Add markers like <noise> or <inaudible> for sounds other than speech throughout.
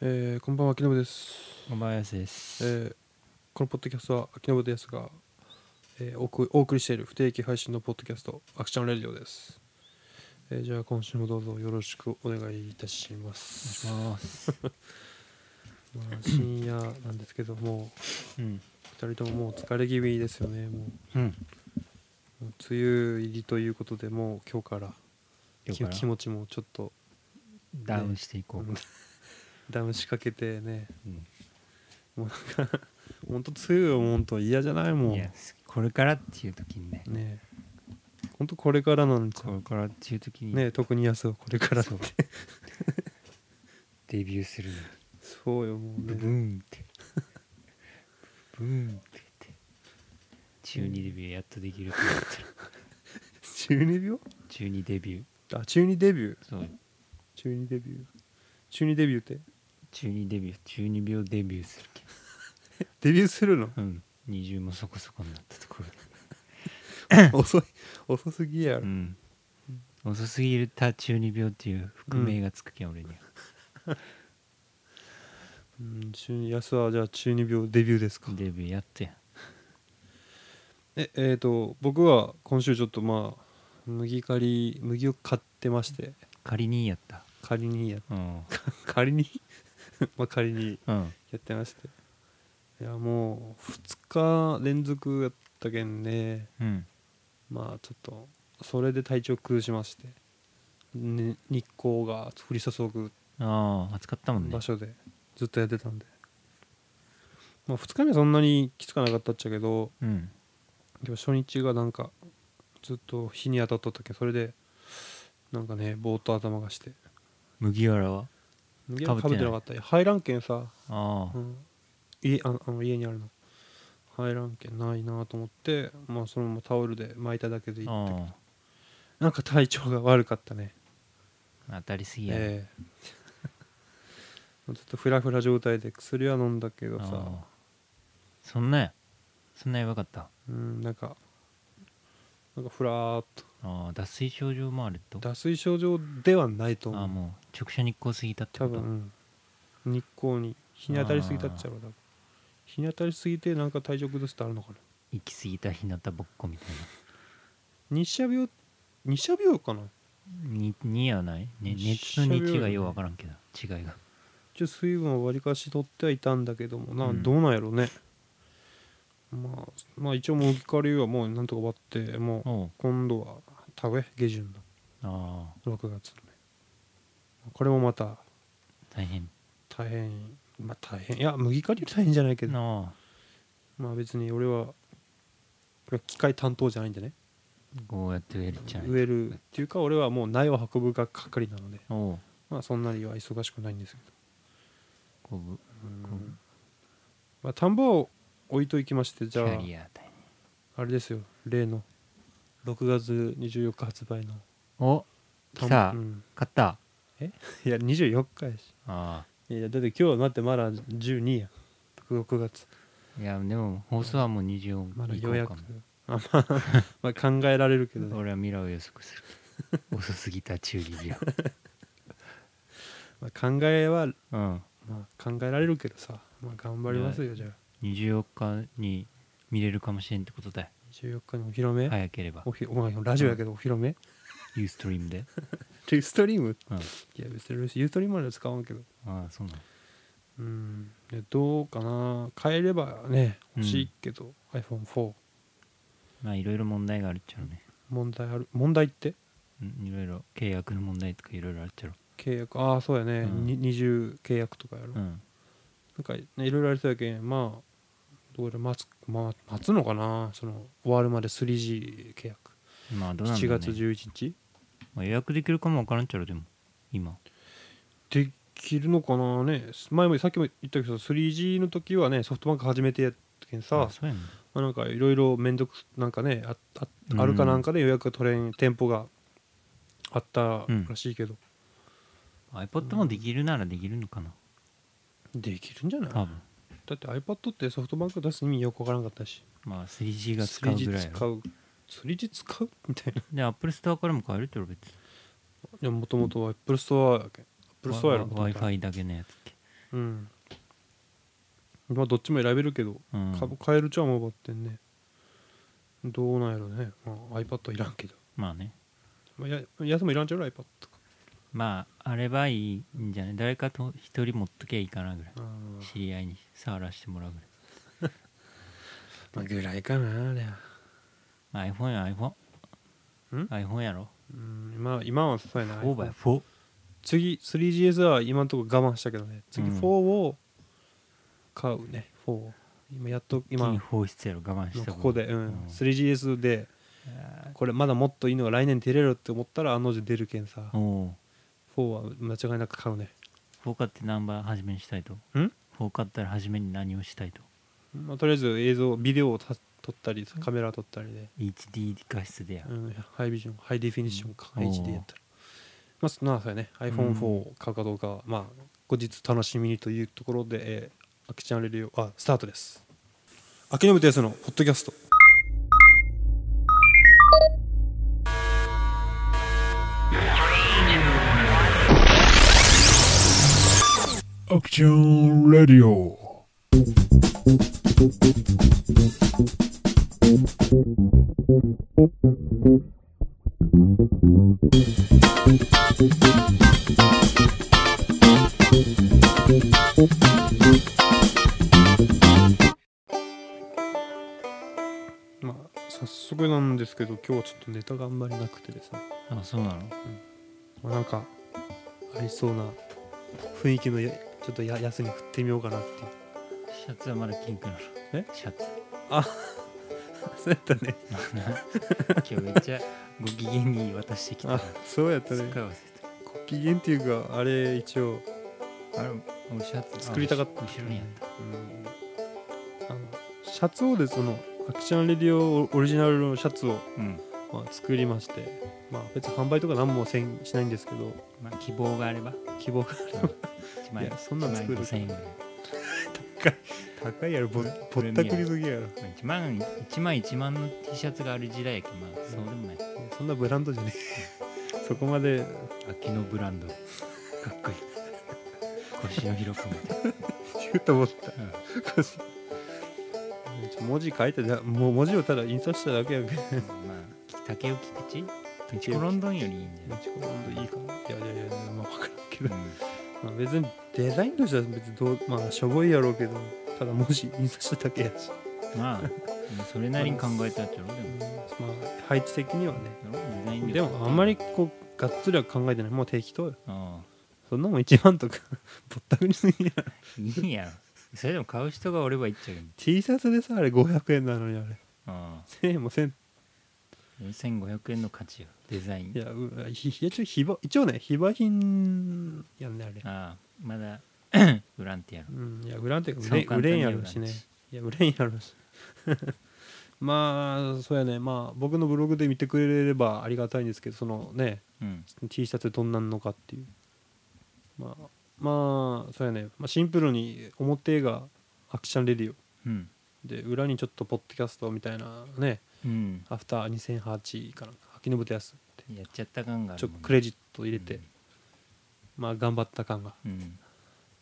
えーこんばんは、秋信です。小林です、えーこのポッドキャストは秋信ですが、えーおくお送りしている不定期配信のポッドキャスト、アクションレディオです。えーじゃあ、今週もどうぞよろしくお願いいたします。お願いします。ま <laughs> あ、深夜なんですけども、うん。 2人とももう疲れ気味ですよね。もうん。うもう梅雨入りということで、もう今日から今日かきら気持ちもちょっとダウンしていこう。うん <laughs> ダウンしかけてね、うんもうなんか、本当梅雨はもう本当嫌じゃないもん。いや、これからっていう時にね。ねえほんとこれからなんですこよれからっていう時に、ねえ特に安はこれからってそうデビューするのに。 <laughs> そうよもうブブねーンって。ブブーンって言って。中二デビューやっとできると思ったら。中二病中二デビュー。あ中二デビューそう。中二デビュー中二デビューって中二デビュー。中二病デビューするけデビューするのど。うん。二重もそこそこになったところで。 <laughs> 遅い遅すぎやろ、うん。遅すぎた中二病っていう覆名がつくけん、俺には。うん、中二安はじゃあ中二病デビューですかデビューやってや。ええー、と僕は今週ちょっとまあ麦刈り麦を買ってまして仮にやった。仮にやうん。仮に <laughs> まあ仮にうん。やってましていやもう2日連続やったけんねうん。まあちょっとそれで体調崩しまして、ね、日光が降り注ぐああ、暑かったもんね場。所でずっとやってたんで、まあ、2日目はそんなにきつかなかったっちゃけどうん。でも初日がなんかずっと日に当たっとったけんそれでなんかねぼーっと頭がして麦わらはかぶってなかったいや入らんけんさ、あうあ、ん、家あのあの家にあるの入らんけんないなと思って、まあ、そのままタオルで巻いただけでいいってあなんか体調が悪かったねあ、当たりすぎや。ええ <laughs> ちょっとフラフラ状態で薬は飲んだけどあさあそんなや。そんなやばかった。うんなんかなんかふらーっとああ、脱水症状もあるってこと脱水症状ではないとああ、思うもう直射日光すぎたって多こと分、うん日光に日に当たりすぎたっちゃろ多分日に当たりすぎてなんか体調崩すってあるのかな行き過ぎた日向ぼっこみたい日射病日射病かなな。に、にはない、ね、日熱射の病日がようわからんけど、違いが。一応水分をわりかし取ってはいたんだけどもな、うんどうなんやろねまあまあ一応もうギカリはもうなんとか終わってもうおう今度は田植え下旬あの6月のねこれもまたあ、大変。大変まあ大変いや麦刈りより大変じゃないけどああ、まあ別に俺は機械担当じゃないんでねこうやって植えるんじゃない。植えるっていうか俺はもう苗を運ぶが係なのでおうまあそんなには忙しくないんですけどこう、うんまあ田んぼを置いといきましてじキゃャあリア大変。あれですよ例の6月24日発売のお、田んぼ来たうん買った。いや24日やしあいやだって今日は待ってまだ12や6月あいやでも放送はもう24まだ以降予約かもあまあ <laughs> まあ考えられるけどね、俺は未来を予 <laughs> 測する遅すぎた中二病まあ、考えは、うんまあ、考えられるけどさ、まあ、頑張りますよじゃあ24日に見れるかもしれんってことだよ14日のお披露目、早ければおひお前ラジオやけどお披露目、ユーストリームでユーストリームうんいや別にユーストリームまでは使わんけどああそうなのうんいやどうかな変えればね欲しいけど、iPhone4 まあいろいろ問題があるっちゃろうね問題ある問題ってうんいろいろ契約の問題とかいろいろあるっちゃろ契約ああそうやね、うんに二重契約とかやろ、うんなんか、ね、いろいろありそうやけんまあどうやら待つ、まあ、待つのかなその終わるまで 3G 契約まあどうなんだ7ろう、月ね、 11日まあ、予約できるかもわからんっちゃろでも今できるのかなね前もさっきも言ったけど 3G の時はねソフトバンク始めてやったけんさ、あそうやねまあ、なんかいろいろ面倒くなんかねああうんあるかなんかで予約が取れん店舗があったらしいけど、 iPod もできるならできるのかなできるんじゃない多分だって iPad ってソフトバンク出す意味よくわからなかったしまあ 3G が使うぐ 3G らいや使ろう 3G 使うみたいなで Apple ストアからも買えるってろ別にいやもともと Apple ストアやけん Apple ストアやろ Wi-Fi だけのやつっけうんまあどっちも選べるけど、うんか買えるっちゃもうばってんねどうなんやろね、まあ、iPad いらんけど、まあねまあ、や安もいらんちゃうよ iPad とかまああればいいんじゃない誰かと一人持っときゃいいかなぐらいうん知り合いに触らせてもらうぐらい、まあぐらいかなあれはまあ、iPhone や iPhone ん iPhone やろうん今今はそうやな4 by 4次 3GS は今のところ我慢したけどね次うん4を買うね4を今やっと今金放出やろ我慢しのたここで、うんうん 3GS でこれまだもっといいのが来年出れるって思ったらあの定出るけんさおお4は間違いなく買うね4買ってナンバー初めにしたいとん、 4買ったら初めに何をしたいとまあ、とりあえず映像ビデオをた撮ったりカメラ撮ったりで、 HD 画質でや、うん、ハイビジョンハイディフィニッションか、うん HD やったらまあそんなそうやね iPhone4 を買うかどうかは、まあ後日楽しみにというところで、えー、アキちゃんレディオあスタートです秋延哲のポッドキャストアクションレディオまあ早速なんですけど今日はちょっとネタがあんまりなくてですね、あそうなのまあ、なんかありそうな雰囲気のやちょっとややつに振ってみようかなっていうシャツはまだピンクなのえシャツそうやったね今日めっちゃご機嫌に渡してきたあそうやったすっねかり忘れご機嫌っていうかあれ一応たあれ俺シャツ作りたかったあ後ろにあったあのシャツをですそのアクションレディオオリジナルのシャツを、うんまあ、作りまして、まあ、別に販売とか何もせんしないんですけどまあ希望があれば希望が1枚いやそんなん作る1万5000円ぐらい高いやろぼぼったくりすぎやろまあ1万1枚1万の T シャツがある時代やけどまあそうでもないそんなブランドじゃねえそこま <laughs> で秋のブランドかっ <laughs> こいい腰を広く持て言うと思った文字書いてだもう文字をただ印刷しただけやけどまあ竹を菊池竹竹をロンドンよりいいんじゃない、いいかないやいやいやまあ分からんけうどん、まあ、別にデザインとしては別にどうまあしょぼいやろうけどただ文字印刷しただけやし、まあでもそれなりに考えたっちゃろでもまあ配置的にはねやろデザイン力でもあんまりこうがっつりは考えてないもう適当よああそんなもん一番とか <laughs> ぼったくりすぎやいいやろそれでも買う人がおればいいっちゃうよ T シャツでさあれ500円なのにあれあ1000円も1000円あ4500円の価値よデザインいやうひいやちょ非売一応ね非売品やんねあれああまだ <clears throat> 売らんてやろうんいや売らんていうかそう売れ簡単売にれんやろしね売らんしいや売れんやろし <laughs> まあそうやねまあ僕のブログで見てくれればありがたいんですけどそのねうん T シャツどんなんのかっていうまあまあそうやね、まあ、シンプルに表がアクションレディオうんで裏にちょっとポッドキャストみたいなねうんアフター2008から秋信康ってやっちゃった感があちょるっもんとねクレジット入れて、まあ頑張った感が、うんね、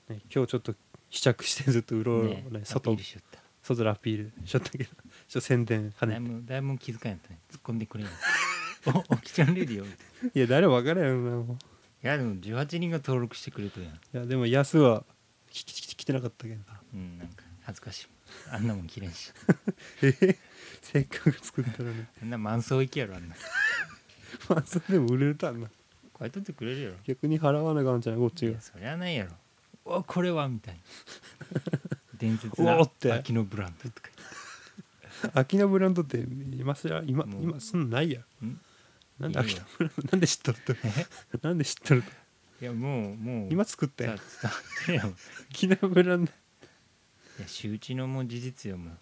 今日ちょっと試着してずっとうろうろねねえア外ピールしよった外でアピールしちゃったけどちょっと宣伝跳だいねぶだいぶ気遣いやったね突っ込んでくれよおおきちゃんレディオみた <laughs> いていや誰も分からんよなもうないやでも18人が登録してくれたやんいやでも安はききき来てなかったけど <laughs> なうんなんか恥ずかしいあんなもん綺麗にしえへへせっかく作ったのにあんな満層行きやろあんなまあそれでも売れたんだこうやっとってくれるやろ逆に払わなあかんじゃないこっちいがやそりゃないやろおこれは <laughs> みたいな伝説うのおって秋のブランドとか秋のブランドって今すら今もう今すんのないやんなんでいる秋よのブランドなんで知っとるとなんで知っとるといやもうもう今作った伝やわん伝わってるやんい秋のブランドや周知のもう事実よもう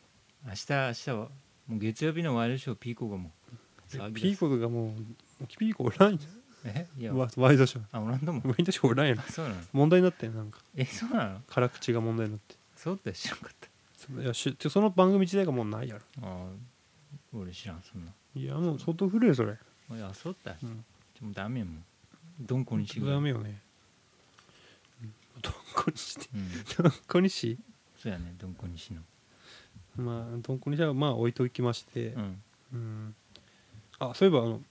明日明日はもう月曜日のワイドショーピーコがもう騒ぎ出すピーコとかもうピーコおらんじえいゃやんわワイドショーあおらんだもんワイドショーおらんやんあそうなの問題になってんなんかえそうなの辛口が問題になってそうだよ知らんかったそのいやしてその番組自体がもうないやろああ俺知らんそんないやもう相当古いよそれいやそうだようんもうダメやもんどんこにしダメよね。どんここにしてうん、どんこにしそうやねどんこにしのまあどんこにしはまあ置いときましてう、んうんあそういえばあの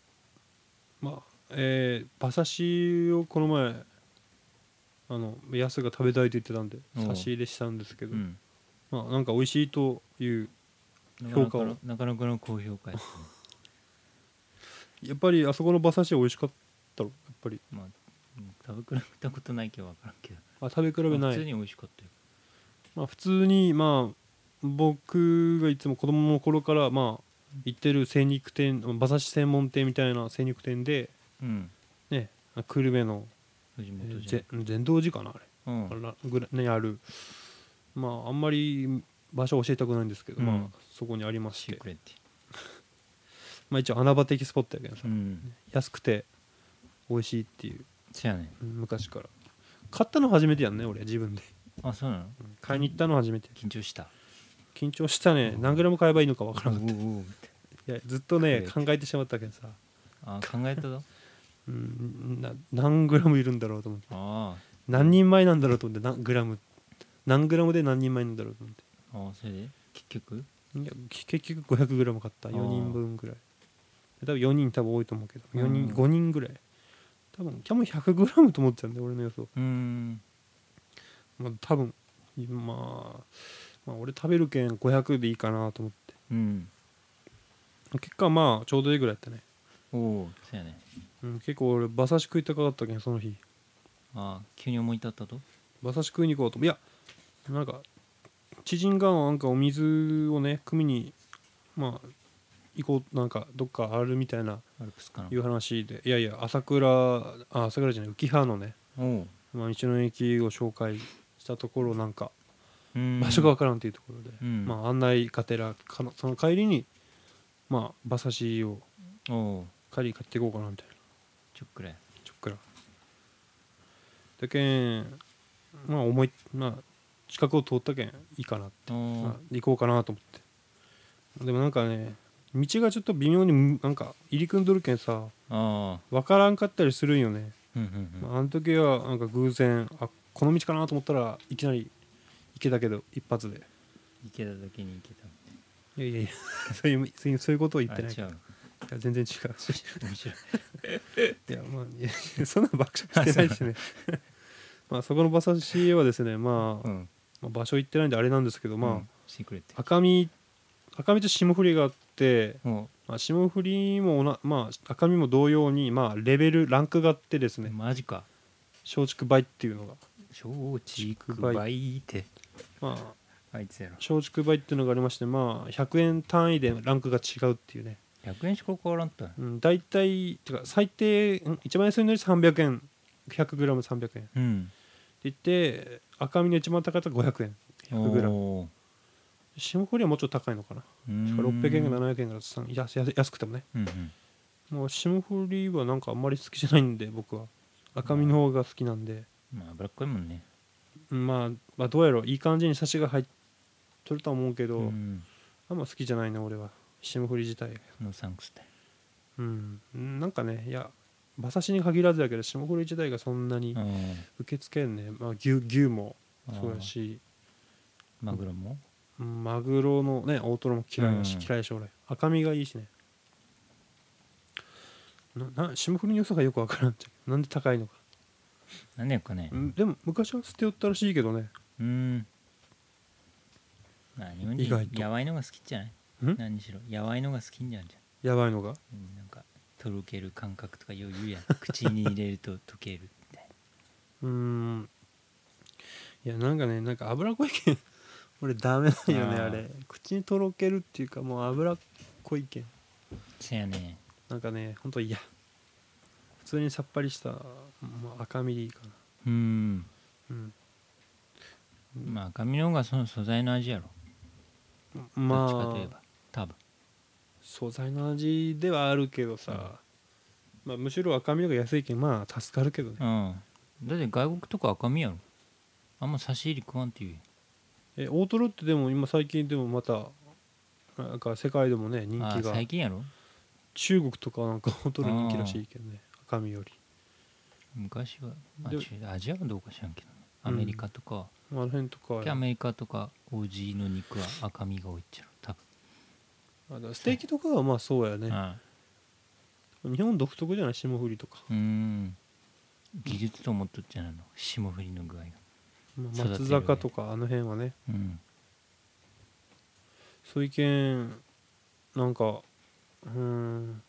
まあえー、馬刺しをこの前あのヤスが食べたいと言ってたんでおう差し入れしたんですけど、うんまあなんか美味しいという評価をなかなかのなかなかの高評価やったねやっぱりあそこの馬刺しは美味しかったろやっぱりまあうん食べ比べたことないけど分からんけどあ食べ比べな普通いに美味しかったよまあ普通にまあ僕がいつも子供の頃からまあ行ってる精肉店馬刺し専門店みたいな精肉店でうんね久留米の藤え本ーじゃぜ善道寺かなあれうんあらぐらにあるまああんまり場所教えたくないんですけど、うんまあそこにありましシてークレットまあ一応穴場的スポットやけどさ、うん安くて美味しいっていうそうやねうん昔から買ったの初めてやんね俺自分であそうなのうん買いに行ったの初めて緊張した緊張したね何グラム買えばいいのかわからなかっおうおうみたいたいやずっとね考えてしまったけどさ、なあ考えたぞうん、な何グラムいるんだろうと思ってあ何人前なんだろうと思って何グラム何グラムで何人前なんだろうと思ってあああそれで結局いやき結局 500g 買ったあ4ー人分ぐらい多分4人多分多いと思うけど4う人ん5人ぐらい多分多分 100g と思ってたんで俺の予想、うーんまあ、多分まあ、まあ俺食べるけん500でいいかなと思ってうん結果まあちょうどいいぐらいやったね、おおそうやねうん、結構俺馬刺し食いたかったけんその日ああ急に思い立ったと馬刺し食いに行こうといやなんか知人がなんかお水をね組みにまあ行こうなんかどっかあるみたいなアルプスかないう話でいやいや朝倉あ朝倉じゃない浮羽のね、おおまあ、道の駅を紹介したところなんかうん場所がわからんというところで、うんまあ、案内がてらかのその帰りに、まあ、馬刺しをおお帰りに買っていこうかなみたいなちょっくらいちょっくらだけんまあ思いまあ近くを通ったけんいいかな、おおまあ行こうかなと思ってでもなんかね道がちょっと微妙になんか入り組んどるけんさああわからんかったりするんよねうんうんうんまあ、あの時はなんか偶然あこの道かなと思ったらいきなり池だけど一発で池田だけに行けたいやいやいや <laughs> そういうそういうそういうことを言ってないいあ違うや全然違うし面白い <laughs> いやまあいや <laughs> そんな爆笑してないしね <laughs> まあそこの馬刺しはですね、まあうんまあ場所行ってないんであれなんですけどまあ、うんシークレット赤身赤身と霜降りがあって、おまあ、霜降りもおな、まあ、赤身も同様に、まあ、レベルランクがあってですおねマジか松竹梅っていうのが、小竹竹梅ってまあ、あいつやろ松竹梅っていうのがありましてまあ100円単位でランクが違うっていうね、 100円しか変わらんとうん、大体てか最低ん一番安いのに300円 100g300 円ってうん言って赤身の一番高いと500円 100g おー霜降りはもうちょっと高いのかなうーん600円か700円からさん安安安くてもねうんうんもう霜降りはなんかあんまり好きじゃないんで僕は赤身の方が好きなんで、まあ脂っこいもんねうんまあ、まあどうやろういい感じにサシが入っとるとは思うけど、うんあんま好きじゃないね俺は霜降り自体がノーサンクスだようん、なんかねいや馬刺しに限らずやけど霜降り自体がそんなにあ受け付けんね、まあ、牛牛もーそうやしマグロもうんマグロのね大トロも嫌いだし、うん嫌いでしょ俺赤身がいいしねなな霜降りの良さがよくわからんっちゃうなんで高いのか、何やかねうんでも昔は捨ておったらしいけどねうーんまあ日本意外人とやばいのが好きじゃないん何しろやばいのが好きんじゃんじやばいのがゃんうんなんかとろける感覚とか余裕やん口に入れると <laughs> 溶けるみたいなうーんいやなんかねなんか脂っこいけん <laughs> 俺ダメなんよねああーれ口にとろけるっていうかもう脂っこいけんせやねなんかね、ほんと嫌。普通にさっぱりした、まあ、赤身でいいかな。うーんうん。まあ赤身の方がその素材の味やろどっちかといえまあ、ば多分素材の味ではあるけどさ、まあ、むしろ赤身の方が安いけん、まあ、助かるけどね。うんだって外国とか赤身やろあんま差し入り食わんっていうえ、大トロってでも、今最近でもまた、なんか世界でもね、人あ気あが。最近やろ中国とかなんか大トロ人気らしいけどね、赤身より。昔は、まあ、で中アジアはどうか知らんけどねうアんメリカとか、あの辺とかアメリカとかオージーの肉は赤身が多いっちゃろ多分、あだからステーキとかはまあそうやね、ああ日本独特じゃない霜降りとか、うーん技術と思っとっちゃなの霜降りの具合がまあ育てるよね松坂とかあの辺はねうんそういう件なんかうーん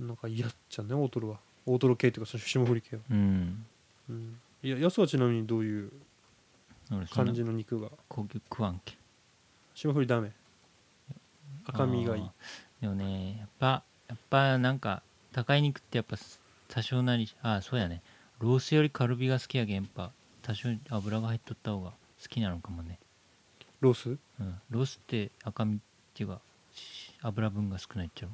なんか嫌っちゃね大トロは大トロ系というかその霜降り系は、うんうん、いや安はちなみにどういう俺そんな感じの肉が高級食わんけ霜降りダメ赤身がいいあーでもねやっぱやっぱなんか高い肉ってやっぱ多少なりああそうやねロースよりカルビが好きやけんやっぱ多少油が入っとった方が好きなのかもね、ロースうん、ロースって赤身っていうかし油分が少ないっちゃろ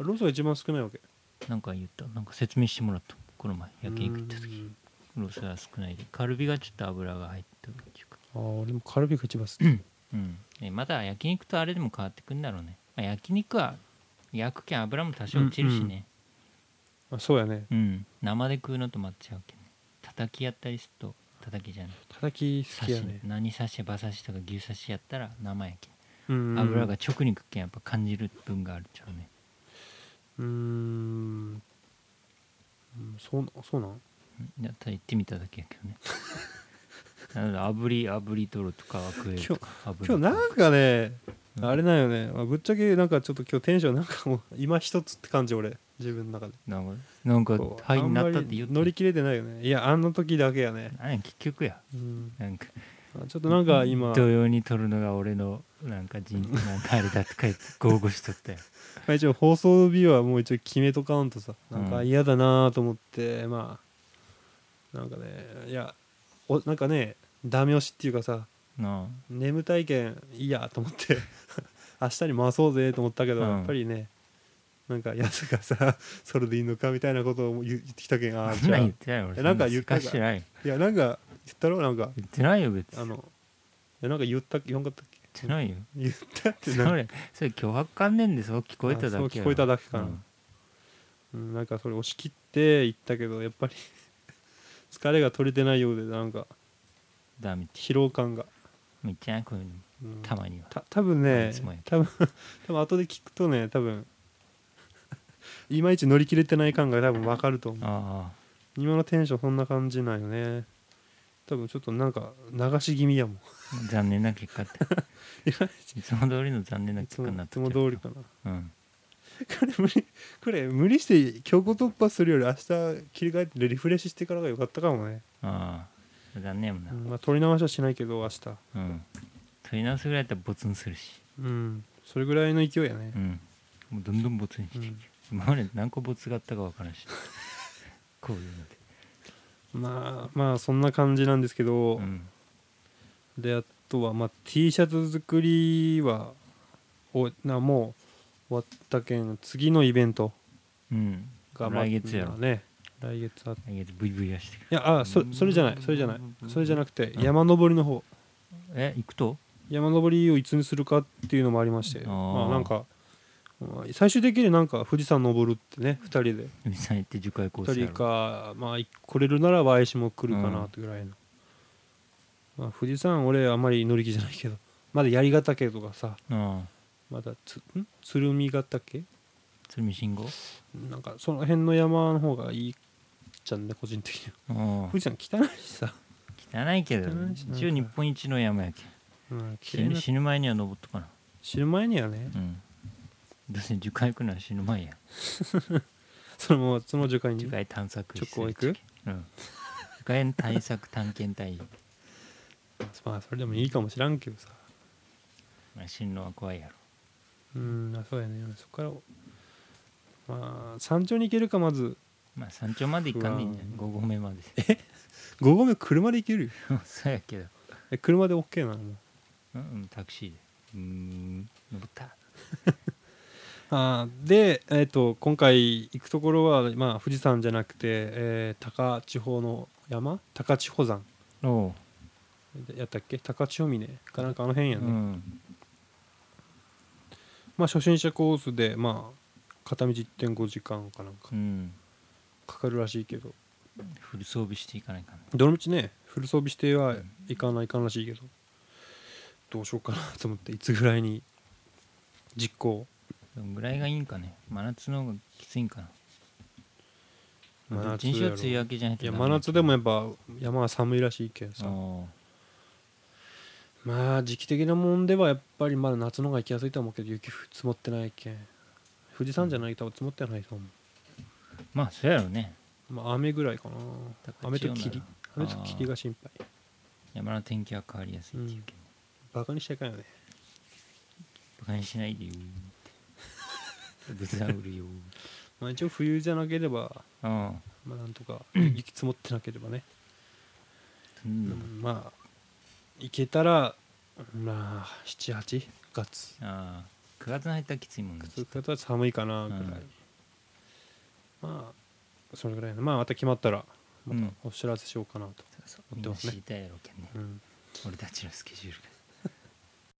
あロースが一番少ないわけなんか言ったなんか説明してもらったこの前焼肉行った時うんロースは少ないでカルビがちょっと油が入ってるっていうかああ俺もカルビが一番好き、うんえまた焼肉とあれでも変わってくんだろうね、まあ、焼肉は焼くけん油も多少落ちるしねあそうやねうん、生で食うのとまっちゃうけんね叩きやったりすると叩きじゃない叩き好き刺やし、ね何刺し馬刺しとか牛刺しやったら生やけうんんうん油が直に食っけんやっぱ感じる分があるっちゃうねうーんうんそうなそうなんうんやったら行ってみただけやけど <laughs> ねなので炙り炙りトロとかは食えるとか炙り今日なんかね、うんあれなんよね、まあぶっちゃけなんかちょっと今日テンションなんかもう今一つって感じ俺自分の中でなんかなんかこう灰になあったっんまてり言って乗り切れてないよねいやあの時だけやね、なんや結局やうん、なんかあちょっとなんか今、ま同様に撮るのが俺のなんか人なんかあれだとか言って豪語しと <laughs> ったよあ、一応放送日はもう一応決めとかんとさなんかうん嫌だなと思って、まあなんかねいやおなんかねダメ押しっていうかさな眠たいけんいいやと思って <laughs> 明日に回そうぜと思ったけど、うんやっぱりねなん <laughs> かやつがさそれでいいのかみたいなことを言う言ってきたけんあああそんじゃなあん言っいてないよ俺えなんか言ったかそんなすかしてないやなんか言ったろなんか言ってないよ別にあ言っのいやなんか言った言わんかったっけ <laughs> てないよ言ったってそなれそれ脅迫観念でそう聞こえただけやろあそう聞こえただけかなうんうんなんかそれ押し切って言ったけどやっぱり <laughs> 疲れが取れてないようでなんかダメって疲労感が、めっちゃなこういうのうんたまにはた多分ねいつもやけ多分 <laughs> 多分後で聞くとね多分 <laughs> いまいち乗り切れてない感が多分わかると思うあ今のテンションそんな感じなんよね多分ちょっとなんか流し気味やもんあ残念な結果っ <laughs> ていつも通りの残念ないつ結果もにないっつてっちゃもった通りかな <laughs> うんこれ無理これ無理して強行突破するより明日切り替えてリフレッシュしてからが良かったかもね、ああ残念やもんなうんまあ取り直しはしないけど明日うん取り直すぐらいだったらボツンするしうんそれぐらいの勢いやねうんもうどんどんボツにしていくうん今まで何個ボツがあったか分から <laughs> んしこういうのでまあまあそんな感じなんですけど、うんであとは、まあ、T シャツ作りはおなもう終わったけん次のイベントうんがまあ来月やろね来月あっ来月 VV やしてくるいやあそそれじゃないそれじゃないそれじゃなくてうん山登りの方え行くと山登りをいつにするかっていうのもありましてあーまあなんかまあ最終的になんか富士山登るってね2人で富士山行って樹海コースや2ろ人かまあ来れるなら Y 氏も来るかなってぐらいの、まあ、富士山俺あんまり乗り気じゃないけどまだ槍ヶ岳とかさうんまだつん鶴見ヶ岳鶴見信号なんかその辺の山の方がいいじゃんね個人的には <laughs> うん富士山汚いしさ、汚いけど汚いしな一応日本一の山やけんうん、綺死麗ぬな死ぬ前には登っとかな死ぬ前にはねうんどうせ樹海行くのは死ぬ前やそのままその樹海に樹海探索直行行くうん樹海対策探検隊まあそれでもいいかもしらんけどさまあ死ぬのは怖いやろうんあそうやねそこからまあ山頂に行けるかまずまあ山頂まで行かんでいいんじゃないうん5合目まで <laughs> 5合目車で行けるよそうやけど、え車で OK なのもううんうん、タクシーでうーん登ったあーで、えー、と今回行くところは、まあ、富士山じゃなくて、えー高千穂の山高千穂山おう、やったっけ高千穂峰かなんかあの辺うやね、ん、まあ初心者コースでまあ片道1.5時間かなんかうん、かかるらしいけどフル装備していかないかんねどの道ねフル装備指定はいかないかんらしいけどどうしようかなと思っていつぐらいに実行どんぐらいがいいんかね真夏の方がきついんかな真まあどっ夏ちにしやろろ梅雨明けじゃないいとやダメ真夏でもやっぱ山は寒いらしいけんさおーまあ時期的なもんではやっぱりまだ夏の方が行きやすいとは思うけど雪積もってないけん富士山じゃないと多分積もってないと思まあそうやろうねう、まあ、雨ぐらいかな高千雨と穂なら霧雨と霧が心配山の天気は変わりやすいっていうけど、バカにしちゃいかんよね馬鹿にしないでよーってぶざうるよーまあ一応冬じゃなければああまあなんとか雪積もってなければね、そんなうのんまあ行けたらまあ78月ああ9月に入ったらきついもんねそういう方は寒いかなぐらい、まあそれぐらいのまあまた決まったらうまんたお知らせしようかなと、そうみんな知りたいやろうけんねうん俺たちのスケジュールが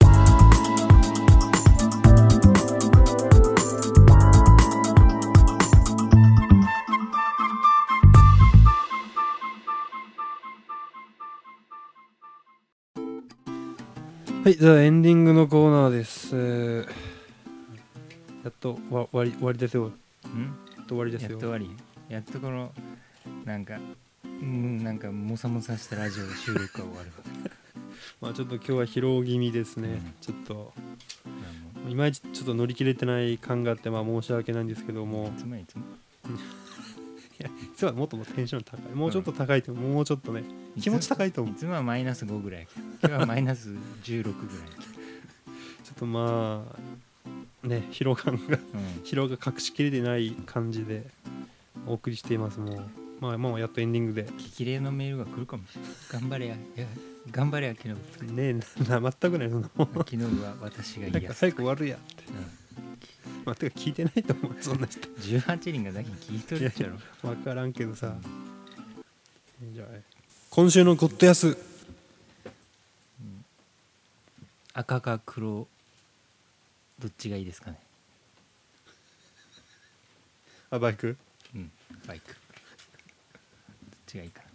はい、じゃあエンディングのコーナーです。えーやっとわ終わり終わりですよ。やうんっと終わりですやっよ。と終わりやっとこのなんかうんなんかもさもさしたラジオの収録が終わる <laughs> まあちょっと今日は疲労気味ですね。うんちょっとなんもいまいちちょっと乗り切れてない感があってまあ申し訳ないんですけどもい、つもいつも実はもっともっとテンション高い。もうちょっと高いと思うもうちょっとね、気持ち高いと思。いうつもはマイナス5ぐらい今日はマイナス16ぐらい、ちょっとまあね疲労感が <laughs> うん、疲労が隠しきれてない感じでお送りしていますもう。まあもうやっとエンディングで。激励のメールが来るかもしれない頑張れやいや頑張れや昨日ねえなな全くないそんなもん。昨日は私がなん癒かす、最後終わるやって。うまあ、てか聞いてないと思うそんな人ん、18人がだけ聞いとるっちゃろ分からんけどさじゃあ今週のゴッドヤス <laughs> 赤か黒どっちがいいですかねあバイク Ah bah うんバイクどっちがいいかな